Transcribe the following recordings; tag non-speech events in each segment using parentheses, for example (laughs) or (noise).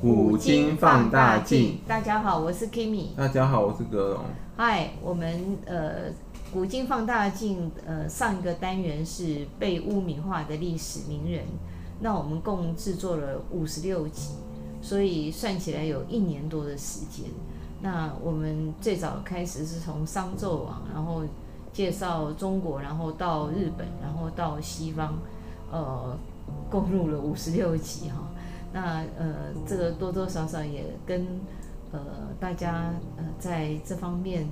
古今放大镜。大家好，我是 Kimi。大家好，我是格龙。嗨，我们呃，古今放大镜呃，上一个单元是被污名化的历史名人，那我们共制作了五十六集，所以算起来有一年多的时间。那我们最早开始是从商纣王，然后介绍中国，然后到日本，然后到西方，呃，共录了五十六集哈、那呃，这个多多少少也跟呃大家呃在这方面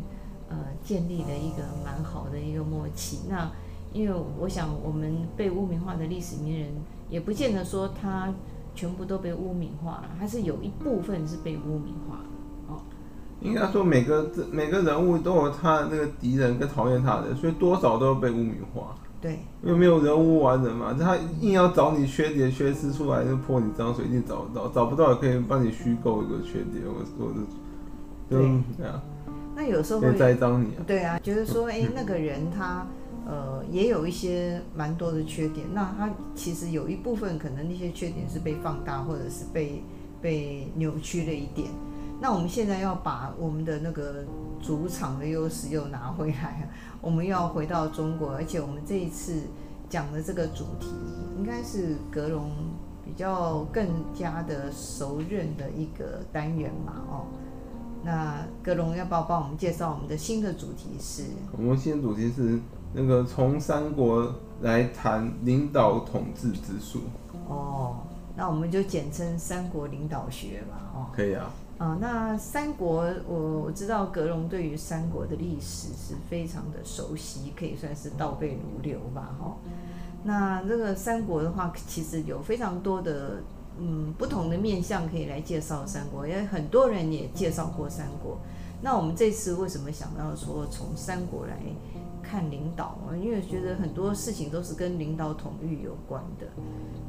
呃建立了一个蛮好的一个默契。那因为我想我们被污名化的历史名人，也不见得说他全部都被污名化了，他是有一部分是被污名化了。应该说每个这每个人物都有他的那个敌人跟讨厌他的，所以多少都会被污名化。对，因为没有人无完人嘛，他硬要找你缺点缺失出来，就泼你脏水，一定找得到。找不到也可以帮你虚构一个缺点，我我的，对就这样，那有时候可以会栽赃你啊。对啊，觉得说，哎、那个人他呃也有一些蛮多的缺点，那他其实有一部分可能那些缺点是被放大，或者是被被扭曲了一点。那我们现在要把我们的那个主场的优势又拿回来， (laughs) 我们又要回到中国，而且我们这一次讲的这个主题，应该是格隆比较更加的熟认的一个单元嘛，哦。那格隆要不要帮我们介绍我们的新的主题是？我们新的主题是那个从三国来谈领导统治之术，哦，那我们就简称三国领导学吧。哦，可以啊。啊，那三国，我我知道格隆对于三国的历史是非常的熟悉，可以算是倒背如流吧，哦哈、那这个三国的话，其实有非常多的嗯不同的面向可以来介绍三国，因为很多人也介绍过三国。那我们这次为什么想到说从三国来看领导啊？因为觉得很多事情都是跟领导统御有关的。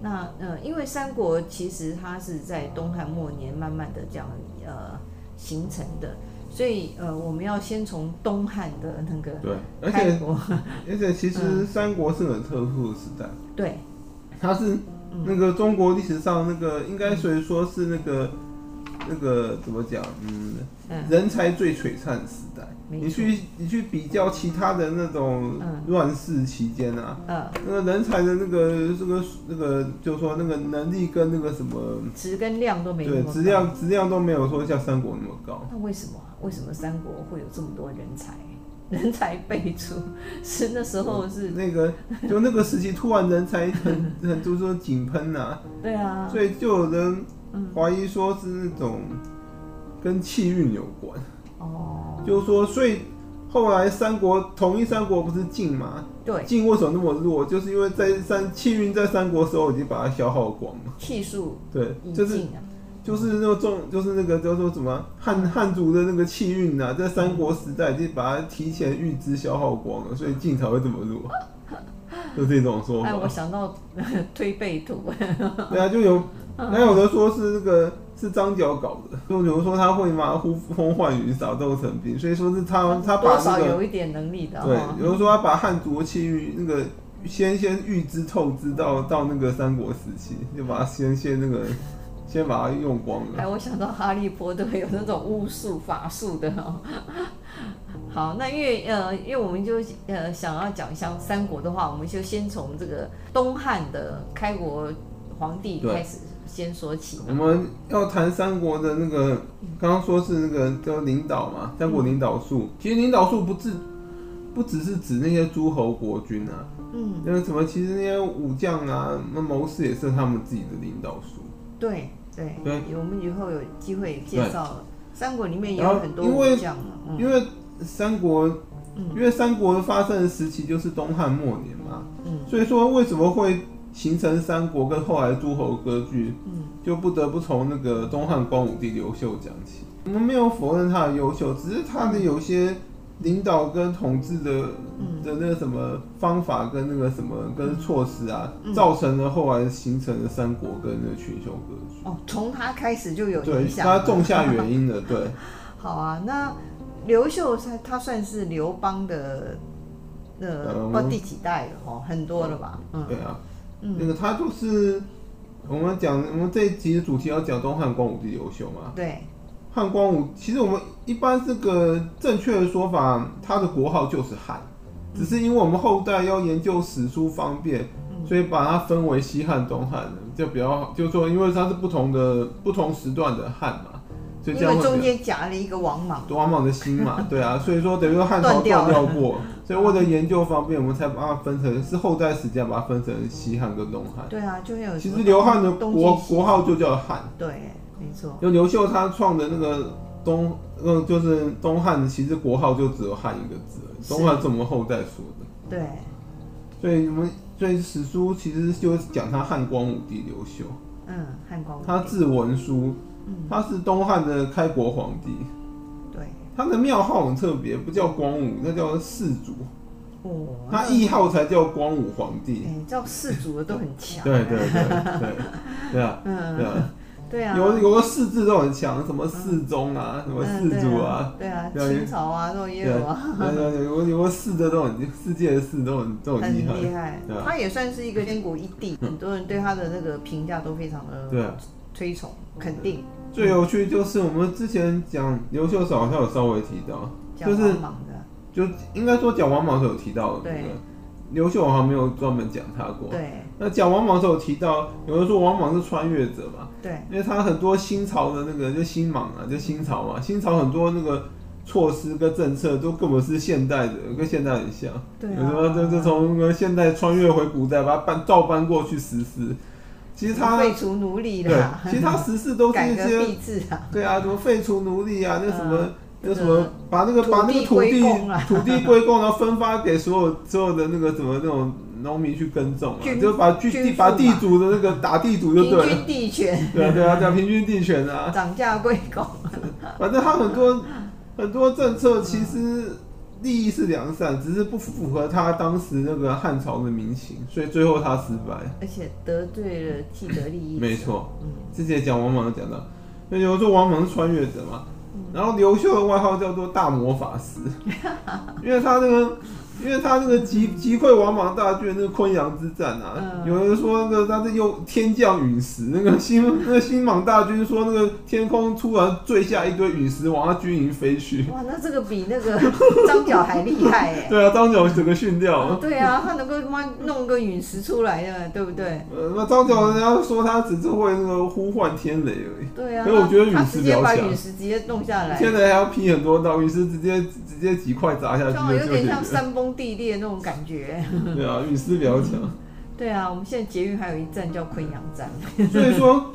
那呃，因为三国其实它是在东汉末年慢慢的这样呃形成的，所以呃我们要先从东汉的那个对，而开且国，而且其嗯实三国是很特殊的时代。对嗯他是那个中国历史上那个应该所以说是那个那个怎么讲，嗯，嗯人才最璀璨的时代。没你错去你去比较其他的那种嗯乱世期间啊，呃那个人才的那个这个那个，就说那个能力跟那个什么，质跟量都没那对么高质量质量都没有说像三国那么高。那为什么啊？为什么三国会有这么多人才？ (laughs) 人才辈出是那时候是，那个就那个时期突然人才很 (laughs) 很就是说井喷呐、对啊，所以就有人怀疑说是那种跟气运有关，哦，就是说，所以后来三国统一三国不是晋吗？对，晋为什么那么弱？就是因为在三气运在三国时候已经把它消耗光了。气数对，已就是尽啊，就是那种重，就是那个叫做什么汉汉族的那个气运啊，在三国时代已经把它提前预支消耗光了，所以晋才会这么弱， (laughs) 就这种说哎，我法。想到 (laughs) 推背图，对啊，就有嗯还有的说是那个是张角搞的，就比如说他会嘛呼风唤雨、撒豆成兵，所以说是他他把嗯多那少个有一嗯点能力的哦对，哈比。如说他把汉族的气运那个先先预知透支到到那个三国时期，就把它先先那个先把它用光了。哎，我想到哈利波特有那种巫术、法术的哦。好，那因为呃，因为我们就呃想要讲像三国的话，我们就先从这个东汉的开国皇帝对嗯开始先说起。我们要谈三国的那个，刚刚说是那个叫领导嘛，三国领导术。其实领导术不只不只是指那些诸侯国君啊，嗯，那个什么，其实那些武将啊，那谋士也是他们自己的领导术。对对对，我们以后有机会介绍三国里面也然有后很多因为武将嘛。嗯因为三国，嗯因为三国发生的时期就是东汉末年嘛，嗯所以说为什么会形成三国跟后来诸侯割据，嗯，就不得不从那个东汉光武帝刘秀讲起。我们没有否认他的优秀，只是他的有些领导跟统治的嗯的那个什么方法跟那个什么跟措施啊嗯，造成了后来形成的三国跟那个群雄割据。哦，从他开始就有对影，响。 (laughs) 他种下原因了，对，好啊，那刘秀他他算是刘邦的，呃，呃不知道第几代了哦，很多了吧？嗯对啊，嗯那个他就是我们讲我们这一集的主题要讲东汉光武帝刘秀嘛。嗯对，汉光武其实我们一般这个正确的说法，他的国号就是汉，嗯只是因为我们后代要研究史书方便，嗯所以把它分为西汉、东汉，就比较就说因为它是不同的不同时段的汉嘛，所以这因样啊为会比中较。间夹了一个王莽，王莽的心 (laughs) 嘛，对啊，所以说等于说汉朝断掉断了掉过，所以为了研究方便，我们才把它分成是后代史家把它分成西汉跟东汉。对啊，就会有其什实么刘汉的东国晋西国号就叫汉，对，没错，就刘秀他创的那个东，嗯，就是东汉，其实国号就只有汉一个字而已，是东汉是我们后代说的，对，所以我们所以史书其实就讲他汉光武帝刘秀，嗯，汉光武他帝字文书，他是东汉的开国皇帝，对，他的庙号很特别，不叫光武，那叫世祖，哦，他那谥号才叫光武皇帝，哎，叫氏族的都很强，啊对对对对对啊对嗯，啊， (laughs) 对啊，有有个世字都很强，什么世宗啊，什么世嗯祖啊。，对啊，对对啊啊清朝啊，都也有啊，对对对，我我四的都很世界的四都很都很很厉害，厉害对，啊嗯他也算是一个千古一帝，很多人对他的那个评价都非常对的啊。推崇肯定，最有趣就是我们之前讲刘秀嫂好像有稍微提到，讲就是王莽的，就应该说讲王莽的时候有提到对那个，刘秀好像没有专门讲他过。对那讲王莽的时候有提到，有人说王莽是穿越者嘛，对，因为他很多新朝的那个就新莽啊，就新朝嘛，新朝很多那个措施跟政策都根本是现代的，跟现代很像。对有什么啊，就就从那个现代穿越回古代，把它搬照搬过去实施。其实他废除奴隶对啦，， (laughs) 其实他实施都是改一革些币制啊，对啊，什么废除奴隶啊，那什么嗯。那什么，把那个土地把那个土地归公 (laughs) 啊土地归公，然后分发给所有所有的那个什么那种农民去耕种啊，均就把地均地富把嘛地主的那个打地主就平对了，均地权，对啊对啊，讲平均地权啊，涨价贵公，嗯反正他很多很多政策其实利益是良善，只是不符合他当时那个汉朝的民情，所以最后他失败。而且得罪了既得利益，没，错，嗯，之前讲王莽有讲到，那有人说王莽是穿越者嘛，然后刘秀的外号叫做大魔法师，因为他那个。因为他那个击击溃王莽大军那个昆阳之战啊，嗯有人说那个他是用天降陨石，那个新那个新莽大军说那个天空突然坠下一堆陨石往他军营飞 (laughs) 去，哇，那这个比那个 (laughs) 张角还厉害 (laughs) 哎。对啊，张角整个训掉了。对啊，他能够他妈弄个陨石出来的，对不对？呃，那张角人家说他只是会那个呼唤天雷而已，对啊，可是我觉得陨石啊他直接把比较强陨石直接弄下来，天雷还要劈很多刀，于是直接直接几块砸下去像有就点解像决。山崩地裂那种感觉。 (laughs) 对啊，陨石比较强，对啊，我们现在捷运还有一站叫昆阳站， (laughs) 所以说。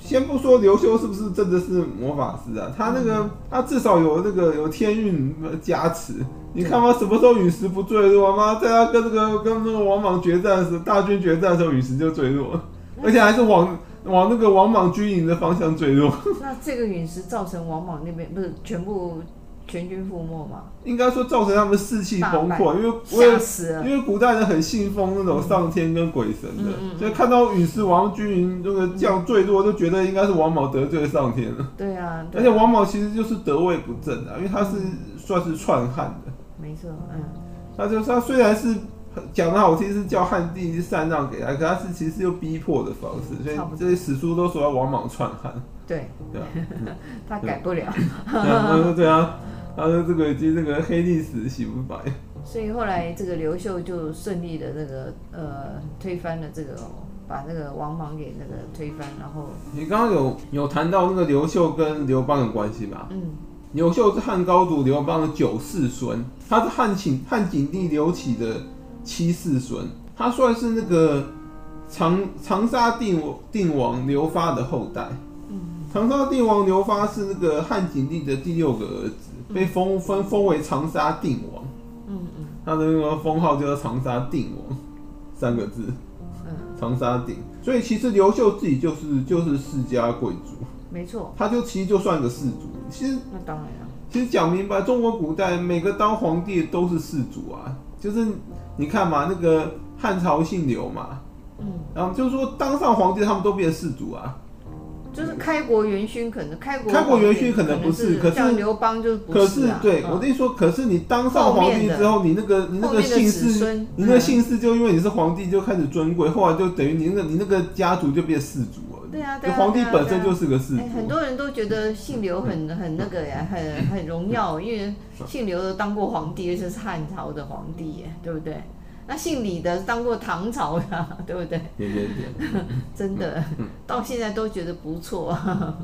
先不说刘修是不是真的是魔法师啊，他那嗯个他至少有那个有天运加持。你看他什么时候陨石不坠落吗？在他跟那个跟那个王莽决战时，大军决战的时候，陨石就坠嗯落了，而且还是往往那个王莽军营的方向坠落。那这个陨石造成王莽那边不是全部全军覆没嘛？应该说造成他们士气崩大溃，因为吓为死了！因为古代人很信奉那种上天跟鬼神的，嗯嗯嗯所以看到陨石王军营那个降坠落，就觉得应该是王莽得罪上天了。对啊，而对嗯且啊王莽其实就是得位不正啊，因为他是算是篡汉的，没错，嗯，他就是他虽然是讲的好听是叫汉帝禅让给他，可他是其实用逼迫的方式，所差不以多这些史书都说王莽篡 (laughs) 汉，对，对啊， (laughs) 他改不了，对啊，对啊，他说这个已经这个黑历史洗不白。所以后来这个刘秀就顺利的那个呃推翻了这个，把那个王莽给那个推翻，然后你刚刚有有谈到那个刘秀跟刘邦的关系吧？嗯刘秀是汉高祖刘邦的九世孙，他是汉景汉景帝刘启的七世孙，他算是那个长长沙定王定王刘发的后代。长沙定王刘发是那个汉景帝的第六个儿子，被封分封为长沙定王，嗯嗯他的那个封号叫长沙定王，三个字，嗯，长沙定。所以其实刘秀自己就是就是世家贵族。没错，他就其实就算个氏族。其实那当然了，其实讲明白，中国古代每个当皇帝都是氏族啊，就是你看嘛，那个汉朝姓刘嘛，嗯，然后就是说当上皇帝他们都变氏族啊，就是开国元勋，可能开国开国元勋可可能不是是，可是像刘邦就不可是啊。对、嗯我跟你说，可是你当上皇帝之后，你那个你那后个面的姓子氏，孙，你那个嗯姓氏就因为你是皇帝就开始尊贵，后来就等于你那个你那个家族就变氏族了。对啊，你对啊，皇帝对啊本身对啊就是个氏哎很族，多人都觉得姓刘很很那个呀，很很荣耀，因为姓刘的当过皇帝，而且是汉朝的皇帝耶，对不对？那姓李的当过唐朝的啊， (laughs) 对不对？点点点。真的，嗯到现在都觉得不错。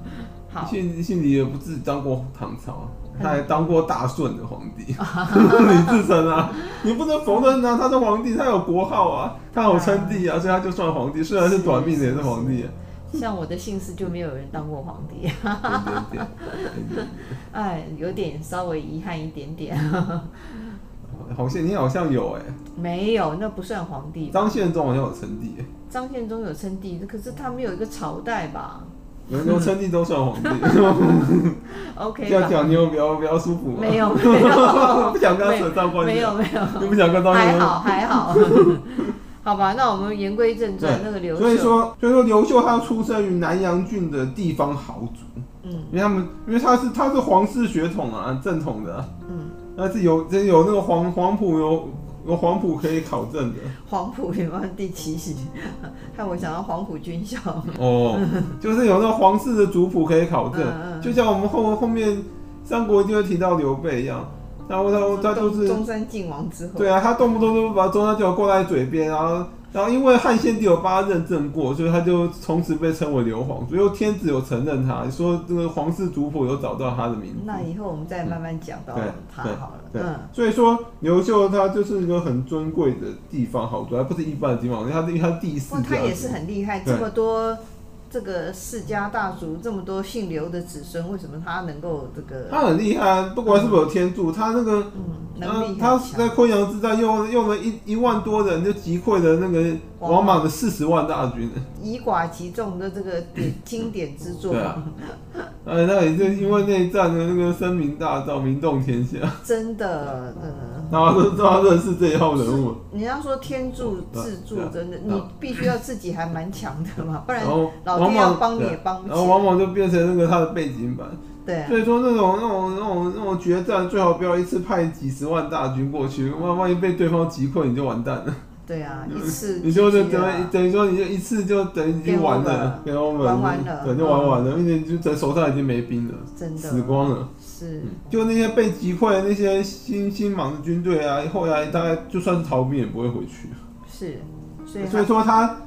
(laughs) 好，姓姓李也不止当过唐朝，啊嗯他还当过大顺的皇 (laughs) 帝， (laughs) 李自成啊，你不能否认啊，他是皇帝，他有国号啊，他有称帝嗯啊，所以他就算皇帝，虽然是短命的也是皇帝啊。像我的姓氏就没有人当过皇帝，点点点。哎，有点稍微遗憾一点点。 (laughs) (laughs) 好像你好像有哎、没有，那不算皇帝吧。张献忠好像有称帝、欸，张献忠有称帝，可是他没有一个朝代吧有嗯人说称帝都算 (laughs) 皇帝，这？OK 样吧？讲你又比较比较舒服吗？没有，没有， (laughs) 不想跟他扯上关系，没有，没有。又不想跟张献还忠。好 (laughs) 还好，好吧，那我们言归正传，那个刘秀，所以说，所以说刘秀他出生于南阳郡的地方豪族，嗯因为他们，因为他是他是皇室血统啊，正统的啊、嗯，那是有这有那个黄黄谱有有黄谱可以考证的 (laughs) 黄埔有没有第七席？ (laughs) 害我想到黄埔军校，哦，就是有那个皇室的族谱可以考证，嗯嗯就像我们后后面三国一定会提到刘备一样，然后他他就是中中山靖王之后，对啊，他动不动就把中山九挂在嘴边，然后然后因为汉献帝有帮他认证过，所以他就从此被称为刘皇。所以天子有承认他，说这个皇室族谱有找到他的名字。那以后我们再慢慢讲到对他对好了，对嗯，所以说刘秀他就是一个很尊贵的地方豪族，还不是一般的地方，他是他是第不四过他家也族是。很厉害，对这么多。这个世家大族这么多姓刘的子孙，为什么他能够这个他很厉害啊，不管是不是有天助，他那个嗯能他力他很在强？昆阳之战用用了一一万多人就击溃了那个王莽的四十万大军，以寡击众的这个典经典之作，对啊呃，那也是因为内战的那个声名大噪，名动天下，真的，嗯。然后都他认识这一号人物，你要说天助自助对啊，真的，对啊你必须要自己还蛮强的嘛，不然然后老王天要帮莽你也对，帮不然后王起。莽就变成那个他的背景板，对啊，所以说那种那种那种那种决战最好不要一次派几十万大军过去，万万一被对方击溃你就完蛋了，对啊，一次 (laughs) 你就解是决等于了等于说你就一次就等于已经完了，给我们玩完了嗯对，就玩完了，因为你就等手上已经没兵了，真死的光嗯了。是就那些被击溃的那些新新莽的军队啊，后来大概就算是逃兵也不会回去。是，所以所以他说他，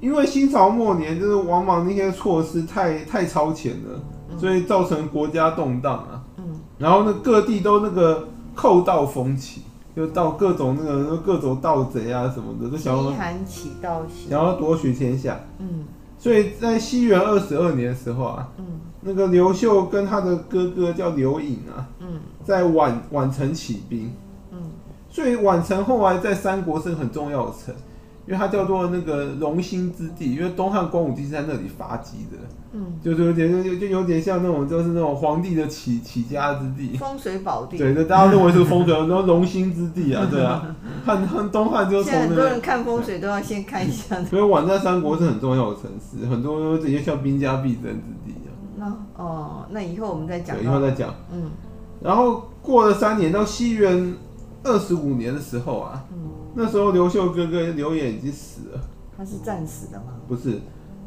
因为清朝末年就是王莽那些措施太太超前了，所以造成国家动荡啊。嗯，然后呢，各地都那个寇盗风起，就盗各种那个各种盗贼啊什么的，都饥想要寒起盗心，想要夺取天下。嗯所以在西元二十二年的时候啊，嗯那个刘秀跟他的哥哥叫刘颖啊，嗯在宛宛城起兵。嗯，所以宛城后来在三国是很重要的城，因为它叫做那个龙兴之地，因为东汉光武帝是在那里发迹的，嗯，就是有点就就有点像那种就是那种皇帝的起起家之地。风水宝地。对，就大家认为是风格，然后龙兴之地 (laughs) 啊，对啊，汉汉东汉就现从那在很多个，人看风水都要先看一 (laughs) 下，所以宛在三国是很重要的城市，很多都直接叫兵家必争之地啊。那哦，那以后我们再讲对，以后到，再讲。嗯然后过了三年，到西元二十五年的时候啊，嗯，那时候刘秀哥哥刘演已经死了。他是战死的嘛，不是，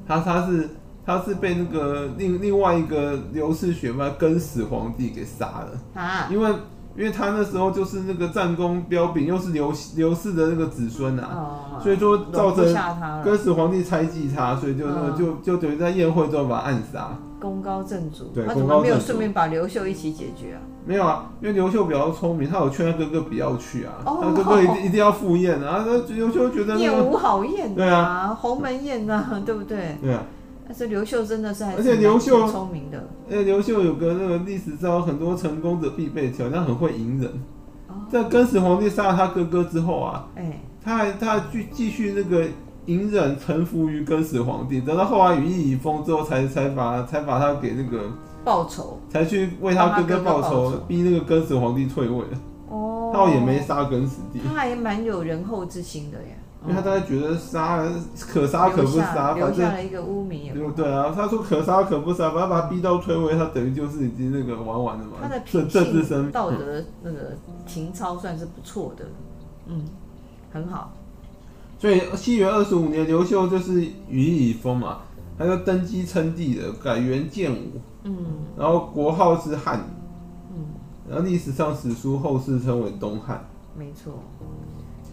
他他是他是被那个另另外一个刘氏血脉更始皇帝给杀了，啊，因为因为他那时候就是那个战功彪炳，又是刘刘氏的那个子孙啊，哦，所以说造容不成下他了，更始皇帝猜忌他，所以就那个嗯就就等于在宴会中把他暗杀。功高震主，对他怎功么高没有震主顺便把刘秀一起解决啊？没有啊，因为刘秀比较聪明，他有劝他哥哥不要去啊，哦他哥哥一定一定要赴宴啊，那刘秀觉得那宴个无好宴对啊， (laughs) 鸿门宴呐，对不对？对啊。但是刘秀真的是还是而且刘秀蛮聪明的，因为刘秀有个那个历史上很多成功者必备条件，他很会隐忍哦。在更始皇帝杀了他哥哥之后啊，哎，他还他还继继续那个隐忍臣服于更始皇帝，等到后来羽翼已丰之后才，才把才把他给那个报仇才去为他哥哥报帮他哥哥报仇，逼那个更始皇帝退位。哦，倒也没杀更始帝，他还蛮有仁厚之心的耶，哦因为他大概觉得杀可杀可不杀，留反下正了一个污名也不对好。对啊，他说可杀可不杀，把他把他逼到退位，他等于就是已经那个玩完了嘛。他的政品政治性、生道嗯德那个情操算是不错的，嗯，很好。所以西元二十五年，刘秀就是羽翼已丰嘛，他就登基称帝了，改元建武，嗯，然后国号是汉，然后历史上史书后世称为东汉。没错。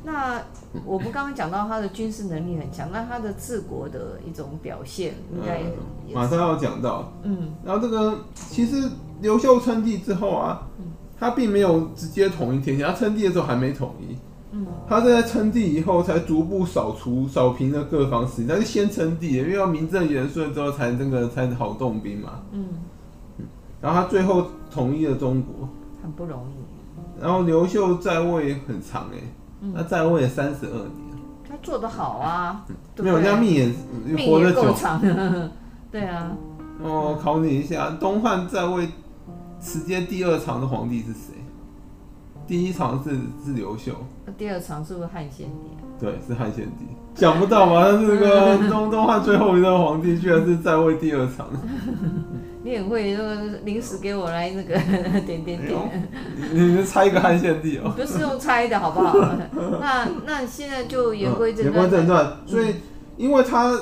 那我们刚刚讲到他的军事能力很强，那他的治国的一种表现应该呃也马上要讲到，嗯然后这个其实刘秀称帝之后啊，嗯他并没有直接统一天下，他称帝的时候还没统一。嗯，他在称帝以后才逐步扫除、扫平了各方势力，他就先称帝，因为要名正言顺之后才那个才好动兵嘛。嗯，然后他最后统一了中国，很不容易。然后刘秀在位很长哎、嗯他在位三十二年，他做得好啊，对没有不像对？命也命活得也够久。长， (laughs) 对啊，我考你一下，东汉在位时间第二长的皇帝是谁？第一长是是刘秀，那第二场是不是汉献帝啊？对，是汉献帝。想不到吧？但是那 (laughs) 个嗯东东汉最后一任皇帝居然是在位第二长。你很会，就是临时给我来那个 (laughs) 点点哎点呦。你你是猜一个汉献帝哦？不是用猜的好 (laughs) 不好？那那现在就 (laughs) 言归正言归正传，传。所以，因为他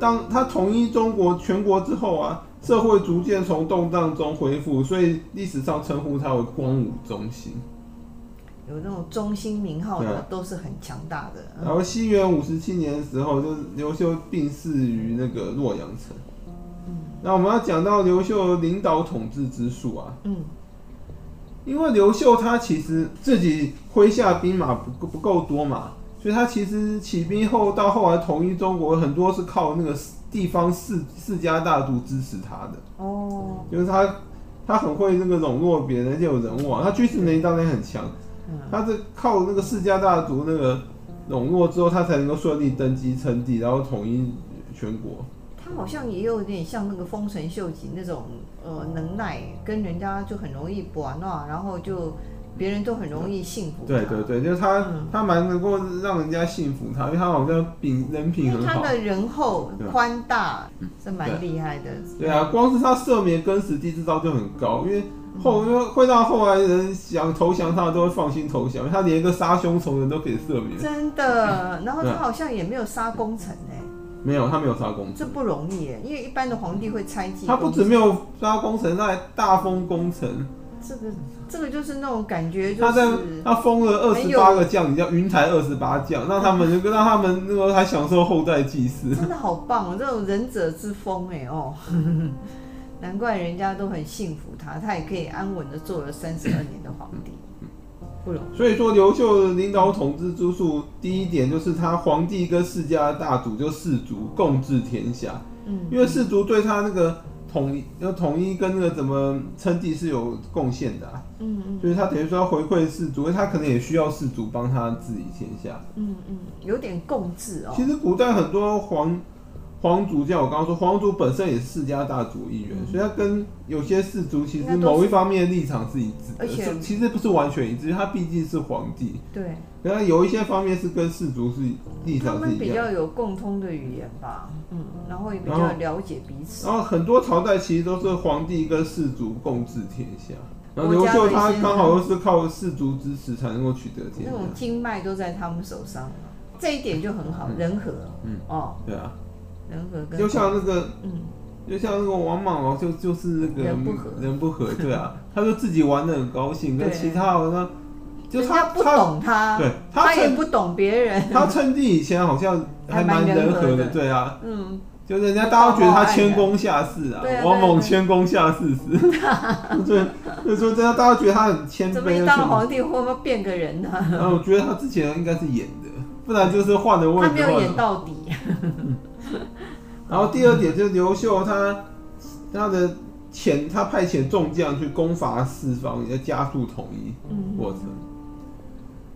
当他统一中国全国之后啊，社会逐渐从动荡中恢复，所以历史上称呼他为光武中兴。有那种中心名号对嗯的啊都是很强大的。然后西元五十七年的时候，就是刘秀病逝于那个洛阳城。那我们要讲到刘秀领导统治之术啊，嗯因为刘秀他其实自己麾下兵马不够不够多嘛，所以他其实起兵后到后来统一中国，很多是靠那个地方世世家大族支持他的，哦就是他他很会那个笼络别人，而且有人望，他军事能力当然也很强，嗯他是靠那个世家大族那个笼络之后，他才能够顺利登基称帝，然后统一全国。他好像也有点像那个丰臣秀吉那种呃能耐，跟人家就很容易把闹，然后就别人都很容易信服他。对对对，就是他、哦嗯他蛮能够让人家信服他，因为他好像品人品因为很他好。的仁厚对宽大是对蛮厉害的。对啊，光是他赦免跟死地之招就很高，因为嗯后因为会让后来人想投降他都会放心投降，因为他连一个杀兄仇人都可以赦免。真的，然后对他啊好像也没有杀功臣哎、没有，他没有杀功臣，这不容易哎、因为一般的皇帝会猜忌功臣。他不止没有杀功臣，他还大封功臣，这个这个就是那种感觉，就他在是他封了二没十有八个将，你叫云台二十八将，让他们让他们那个还享受后代祭祀。真的好棒、哦，这种忍者之风哎哦，难怪人家都很信服他，他也可以安稳的做了三十二年的皇帝，不容易。所以说，刘秀的领导统治之术，第一点就是他皇帝跟世家大族就氏族共治天下，嗯，因为氏族对他那个统一、要统一跟那个怎么称帝是有贡献的、啊，嗯嗯所以他等于说要回馈氏族，他可能也需要氏族帮他治理天下。嗯嗯，有点共治哦。其实古代很多皇皇族，像我刚刚说，皇族本身也是世家大族一员，所以他跟有些氏族其嗯实应该都是某一方面立场是一致的，而且是其实不是完全一致，因为他毕竟是皇帝，对，可他有一些方面是跟氏族是立他场是们一比样的。较有共通的语言吧，嗯，然后也比然较后了解彼此然。后很多朝代其实都是皇帝跟氏族共治天下，然后刘国家秀的一些他刚好又是靠氏族支持才能够取得天那下种，经脉都在他们手上，这一点就很好，人和，嗯哦，对啊，人和跟就像那个嗯就像那个王莽哦，就就是那个人不和人不和，对啊， (laughs) 他就自己玩的很高兴，跟对其他好像就人他家不他懂他，对他他也称不懂别人，他称帝以前好像还还蛮蛮人人和和的，的对啊，嗯，就人家大家都觉得他谦恭下士啊对啊对，啊王对莽啊谦恭下士是， (laughs) 对，就说真的大家觉得他很谦怎么卑一啊，当谦恭皇帝会不会变个 (laughs) 人呢、然后我觉得他之前应该是演的，不然就是换了位置他没有换演了。到 (laughs) 底，然后第二点就是刘秀他他的遣他派遣众将去攻伐四方，要加速统一嗯，过程。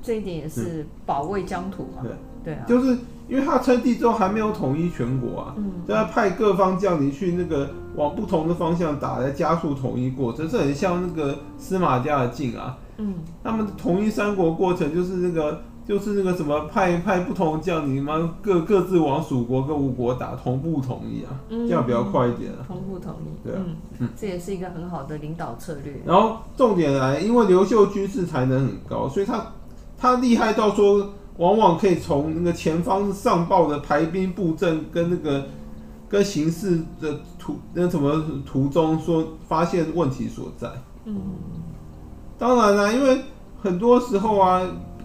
这一点也是保卫疆土嘛，对对啊，就是因为他称帝之后还没有统一全国啊，嗯就他派各方将领去那个往不同的方向打，来加速统一过程。这很像那个司马家的晋啊，嗯他们统一三国过程就是那个。就是那个什么派派不同将领嘛，各各自往蜀国跟吴国打，同不同意啊？嗯这样比较快一点啊。同不同意？对啊嗯，这也是一个很好的领导策略。然后重点来，因为刘秀军事才能很高，所以他他厉害到说，往往可以从那个前方上报的排兵布阵跟那个跟形势的途那什么途中说发现问题所在。嗯，当然啦、因为很多时候啊，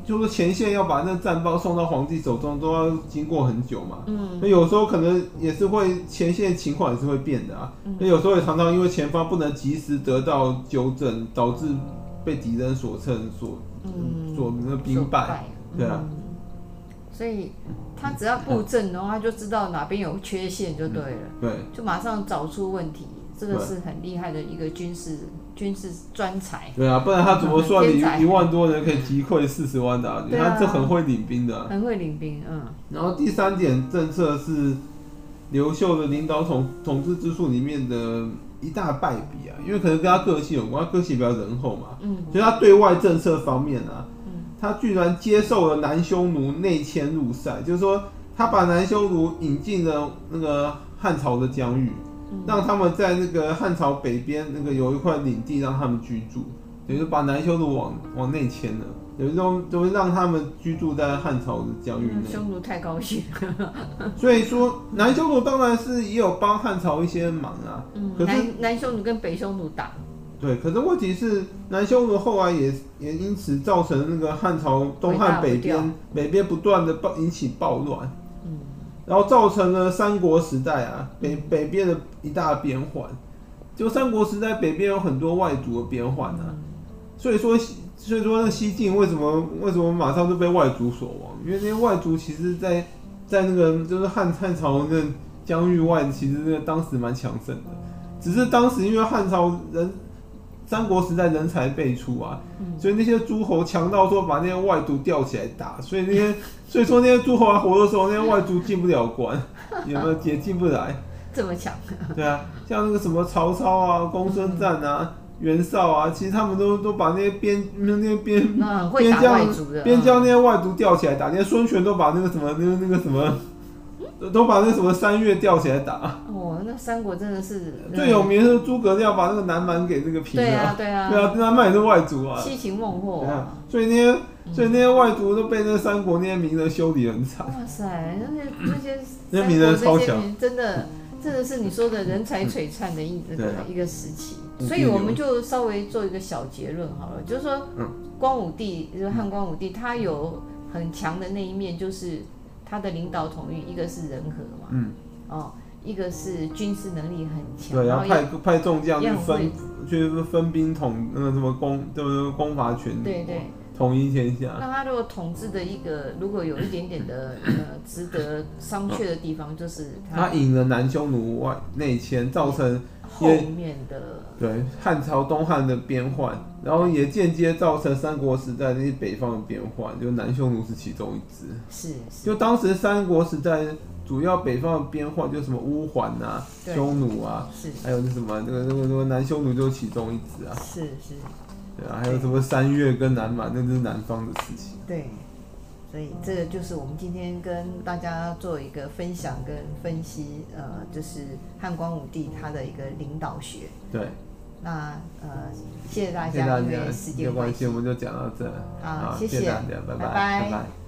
就是前线要把那战报送到皇帝手中，都要经过很久嘛。嗯，那有时候可能也是会前线情况也是会变的啊。嗯那有时候也常常因为前方不能及时得到纠正，导致被敌人所趁所嗯所那兵败。，对啊嗯。所以他只要布阵，然后他就知道哪边有缺陷就对了，对，就马上找出问题。这个嗯对是很厉害的一个军事军事专才。对啊，不然他怎么算天你才一万多人可以击溃四十万的、啊？对啊他这很会领兵的啊、很会领兵，嗯然后第三点政策是刘秀的领导统统治之术里面的一大败笔啊，因为可能跟他个性有关，他个性比较仁厚嘛，嗯所以他对外政策方面啊嗯，他居然接受了南匈奴内迁入塞，就是说他把南匈奴引进了那个汉朝的疆域，嗯，让他们在那个汉朝北边那个有一块领地让他们居住，等于说把南匈奴往往内迁了，等于说就是让他们居住在汉朝的疆域因为内。匈奴太高兴，所以说，南匈奴当然是也有帮汉朝一些忙啊。嗯，可是南南匈奴跟北匈奴打，对，可是问题是，南匈奴后来也也因此造成那个汉朝东汉北伟大边北边不断的暴引起暴乱，嗯然后造成了三国时代啊北北边的一大变换。就三国时代北边有很多外族的变换嗯啊，所以说西所以说那西晋为什么为什么马上就被外族所亡？因为那些外族其实在，在那个就是汉汉朝那疆域外，其实那个当时蛮强盛的，只是当时因为汉朝人三国时代人才辈出啊，嗯所以那些诸侯强到说把那些外族吊起来打，所以那些 (laughs) 所以说那些诸侯还活的时候，那些外族进不了 (laughs) 关，也没有也进不来。这么强，对啊，像那个什么曹操啊、公孙瓒嗯啊、袁绍啊，其实他们都都把那些边那些边那很会嗯边打疆外族的，边疆那嗯些外族吊起来打，连孙权都把那个什么那个那个什么，都都把那个什么三月吊起来打。哦，那三国真的是最有名的是诸葛亮把那个南蛮给那个平对了啊啊，对对啊，啊，南蛮也是外族啊，七擒孟获对啊啊，，所以那些所以那些外族都被那三国那些名人修理得很惨。哇塞，那 (clears throat) 些那些那三名国人这超些强名真的。真的是你说的人才璀璨的一对啊一个时期，嗯所以我们就稍微做一个小结论好了，就是说，光武帝就是汉光武帝，他有很强的那一面，就是他的领导统御，一个是人和嘛，嗯，哦，一个是军事能力很强，对，然然后后也派派众将去也很分会，去分兵统那个什么攻，就是攻伐全对对国，，统一天下。那他如果统治的一个，如果有一点点的呃值得商榷的地方，就是他他引了南匈奴外内迁，造嗯成后面的对汉朝东汉的边患，然后也间接造成三国时代那些北方的边患，就南匈奴是其中一支。是是，就当时三国时代主要北方的边患，就什么乌桓啊、对匈奴啊，是还有那什么那个那个那个南匈奴就是其中一支啊，是是，对啊，还有什么三月跟南蛮，那就是南方的事情。对，所以这个就是我们今天跟大家做一个分享跟分析，呃，就是汉光武帝他的一个领导学。对，那呃，谢谢大谢谢家，大因为家时，没有间关关系，系我，们就讲到这，好谢谢谢谢大家，拜拜拜拜拜。